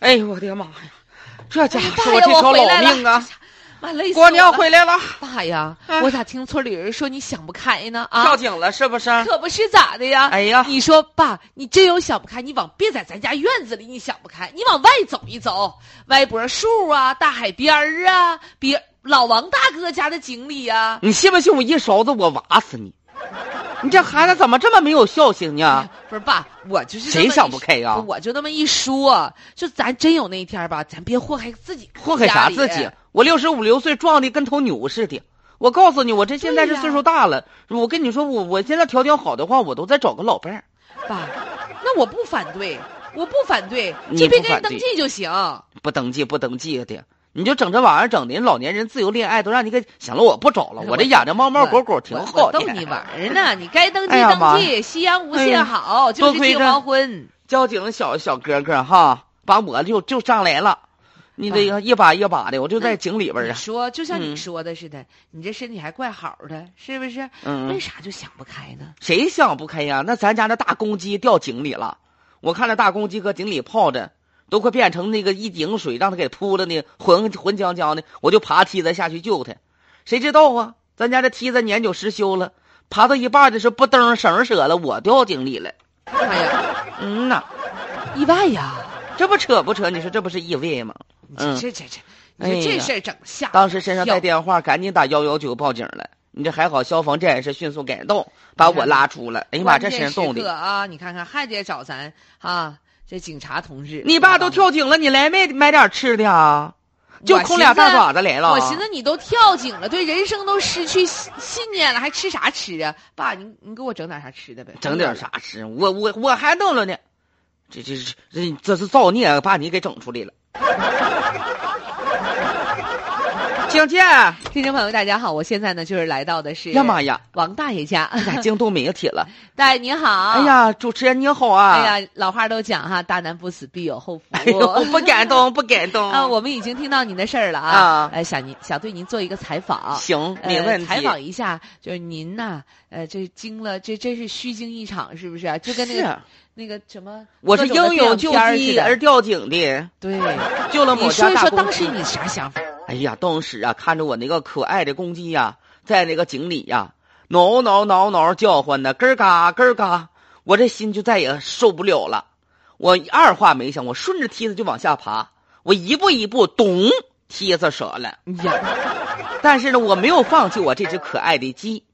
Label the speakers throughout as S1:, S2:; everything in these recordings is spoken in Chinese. S1: 哎呦我的妈呀，这家伙
S2: 哎
S1: 是
S2: 呀
S1: 我这条
S2: 我回
S1: 老
S2: 来了
S1: 命 啊！
S2: 妈累死
S1: 过年
S2: 我了
S1: 回来了，
S2: 爸呀，
S1: 哎
S2: 我咋听村里人说你想不开呢？啊
S1: 跳，井了是不是？
S2: 可不是咋的呀？
S1: 哎呀，
S2: 你说爸，你真有想不开，你往别在咱家院子里，你想不开，你往外走一走，歪脖树啊，大海边儿啊，别老王大哥家的井里呀、
S1: 你信不信我一勺子我挖死你？你这孩子怎么这么没有孝心呢？
S2: 哎不是爸，我就是这
S1: 啊谁
S2: 么一
S1: 想不开呀
S2: 我就那么一说，就咱真有那一天吧，咱别祸害自己，
S1: 祸害啥自己？我六十五六岁壮的跟头牛似的。我告诉你，我这现在
S2: 对
S1: 这
S2: 呀
S1: 岁数大了，我跟你说，我我现在条件好的话，我都在找个老伴儿。
S2: 爸，那我不反对，我不反对，
S1: 你
S2: 这边
S1: 不
S2: 跟
S1: 反
S2: 人登
S1: 对
S2: 记就行。
S1: 不登记不登记的，你就整这玩意儿，整的人老年人自由恋爱都让你给行了，我不找了，我这养着猫猫狗狗挺
S2: 哎我
S1: 好
S2: 我
S1: 的。
S2: 逗你玩儿呢，你该登记
S1: 哎呀哎
S2: 登记，夕阳无限好，就
S1: 多
S2: 是
S1: 亏
S2: 近
S1: 这
S2: 黄昏。
S1: 交警小小哥哥哈，把我就就上来了，你这个一把一把的，我就在井里边
S2: 你
S1: 啊，
S2: 说，就像你
S1: 嗯
S2: 说的似的，你这身体还怪好的，是不是？为
S1: 嗯，
S2: 啥就想不开呢？
S1: 谁想不开呀？那咱家那大公鸡掉井里了，我看那大公鸡搁井里泡着，都快变成那个一井水让它给扑了呢，浑浑浆浆的，我就爬梯子下去救它，谁知道啊？咱家这梯子年久失修了，爬到一半的时候，不噔绳折了，我掉井里了。
S2: 妈哎呀，
S1: 嗯呐，
S2: 意外呀！
S1: 这不扯不扯？你说这不是意味吗？
S2: 你
S1: 嗯
S2: 这这这，你说
S1: 哎
S2: 这
S1: 呀
S2: 事儿整吓我一跳。
S1: 当时身上带电话，赶紧打幺幺九报警了。你这还好，消防战士迅速赶到，把我拉出来。哎呀妈，这
S2: 关键
S1: 身上冻
S2: 时刻
S1: 的！
S2: 啊！你看看，还得找咱啊，这警察同志。
S1: 你爸都跳井了，你来没买点吃的啊？就
S2: 我
S1: 空俩
S2: 寻思
S1: 大爪子来了。
S2: 我寻思你都跳井了，对人生都失去信信念了，还吃啥吃啊？爸，你你给我整点啥吃的呗？
S1: 整点啥吃？我我我还弄了呢。这这这这这是造孽，把你给整出来了。警戒！
S2: 听众朋友，大家好，我现在呢就是来到的是
S1: 呀妈呀，
S2: 王大爷家。
S1: 咋惊动媒体了？
S2: 大爷你好，
S1: 哎，呀，主持人你好啊！
S2: 啊哎呀，老话都讲哈，大难不死必有后福。
S1: 哎呦，不敢动，不敢动
S2: 啊，我们已经听到您的事儿了啊
S1: 啊，
S2: 哎，想您想对您做一个采访。
S1: 行，
S2: 呃
S1: 没问题。
S2: 采访一下，就是您呐，呃，这惊了，这真是虚惊一场，是不是啊？就跟那
S1: 是
S2: 个
S1: 啊
S2: 那个什么，
S1: 我是
S2: 各种的
S1: 英勇
S2: 电
S1: 救
S2: 影片儿似
S1: 济
S2: 的
S1: 而掉井的，
S2: 对，
S1: 救了某
S2: 你说
S1: 家
S2: 一
S1: 大
S2: 说
S1: 公
S2: 当时
S1: 鸡。
S2: 你啥想法？
S1: 哎呀，当时啊，看着我那个可爱的公鸡呀、在那个井里呀、挠挠挠挠叫唤的，咯儿嘎咯儿嘎，我这心就再也受不了了。我二话没想，我顺着梯子就往下爬，我一步一步，咚，梯子折了。
S2: 哎呀，
S1: 但是呢，我没有放弃我这只可爱的鸡，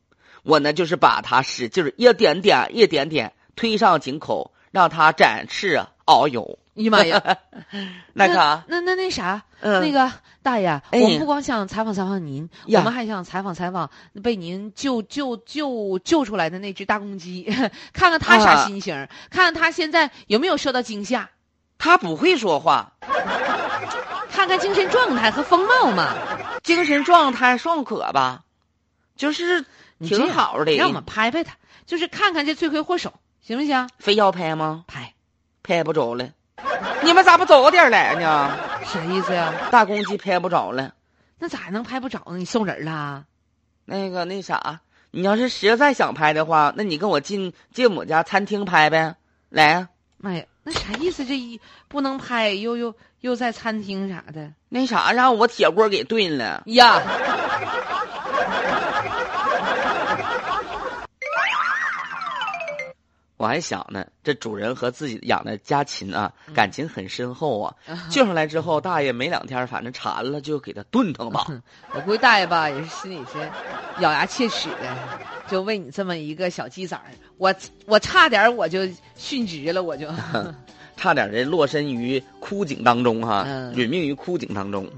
S1: 我呢就是把它使劲儿一点点、一点点推上井口，让它展翅啊遨游。
S2: 哎呀妈呀！
S1: 那个，啊
S2: 那那那啥，
S1: 嗯，
S2: 那个大爷，
S1: 哎
S2: 我们不光想采访采访您，我
S1: 呀
S2: 们还想采访采访被您救救救救出来的那只大公鸡， 看看它啥
S1: 啊
S2: 心情儿，看看它现在有没有受到惊吓，
S1: 他不会说话，
S2: 看看精神状态和风貌嘛。
S1: 精神状态尚可吧，就是
S2: 你这
S1: 挺
S2: 样
S1: 好的。
S2: 让我们拍拍它，就是看看这罪魁祸首，行不行？
S1: 非要拍吗？
S2: 拍
S1: 拍不着了。你们咋不早点来呢？
S2: 啥意思呀？
S1: 大公鸡拍不着了。
S2: 那咋还能拍不着呢？你送人啊啦？
S1: 那个那啥，你要是实在想拍的话，那你跟我进进我家餐厅拍呗。来啊，
S2: 妈呀，那啥意思？这一不能拍，又又又在餐厅啥的
S1: 那啥，让我铁锅给炖了。
S2: 呀。
S1: 我还想呢，这主人和自己养的家禽啊，
S2: 嗯
S1: 感情很深厚啊。
S2: 啊
S1: 救上来之后，大爷没两天，反正馋了就给它炖腾吧。
S2: 我估计大爷吧也是心里是咬牙切齿的，就为你这么一个小鸡崽儿，我我差点我就殉职了，我就
S1: 差点这落身于枯井当中哈、
S2: 嗯
S1: 殒命于枯井当中。